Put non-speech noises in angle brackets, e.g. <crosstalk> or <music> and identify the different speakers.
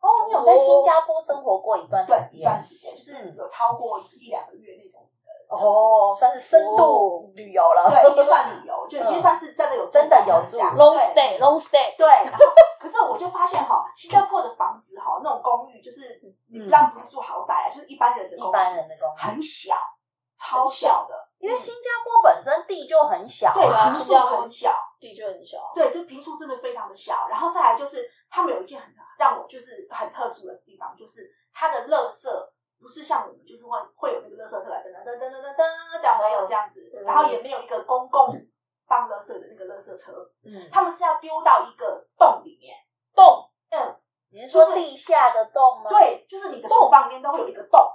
Speaker 1: 哦我在新加坡生活过一段时
Speaker 2: 对一
Speaker 1: 间
Speaker 2: 段，时间，就是有超过一两个月那种的生活。
Speaker 1: 哦，算是深度旅游了，
Speaker 2: 哦对，已经算旅游，就已经算是真的有
Speaker 1: 哦真的有
Speaker 2: 住
Speaker 1: 住
Speaker 2: 家
Speaker 3: long
Speaker 2: 对
Speaker 3: stay long stay，
Speaker 2: 对，然后可是我就发现哈，新加坡的房子哈，那种公寓就是
Speaker 1: 嗯
Speaker 2: 当然不是住豪宅啊，就是一般人的公
Speaker 1: <laughs> 一
Speaker 2: 寓，
Speaker 1: 般人的公寓，
Speaker 2: 很小，超小的，
Speaker 1: 因为新加坡本身地就很小
Speaker 2: 对，
Speaker 1: 啊，
Speaker 3: 啊
Speaker 2: 平
Speaker 3: 新
Speaker 2: 数
Speaker 3: 加坡
Speaker 2: 很小，
Speaker 3: 地就很小，
Speaker 2: 对，就平数真的非常的小。然后再来就是，他们有一件很让我就是很特殊的地方，就是它的垃圾不是像我们就是会会有那个垃圾车来噔噔噔噔噔噔噔这样没有这样子，
Speaker 3: 嗯
Speaker 2: 然后也没有一个公共放垃圾的那个垃圾车，
Speaker 1: 嗯，
Speaker 2: 他们是要丢到一个洞里面。
Speaker 3: 洞
Speaker 2: 嗯，
Speaker 1: 你是说
Speaker 2: 就是
Speaker 1: 地下的洞吗？，
Speaker 2: 对，就是你的厨房里面都会有一个洞，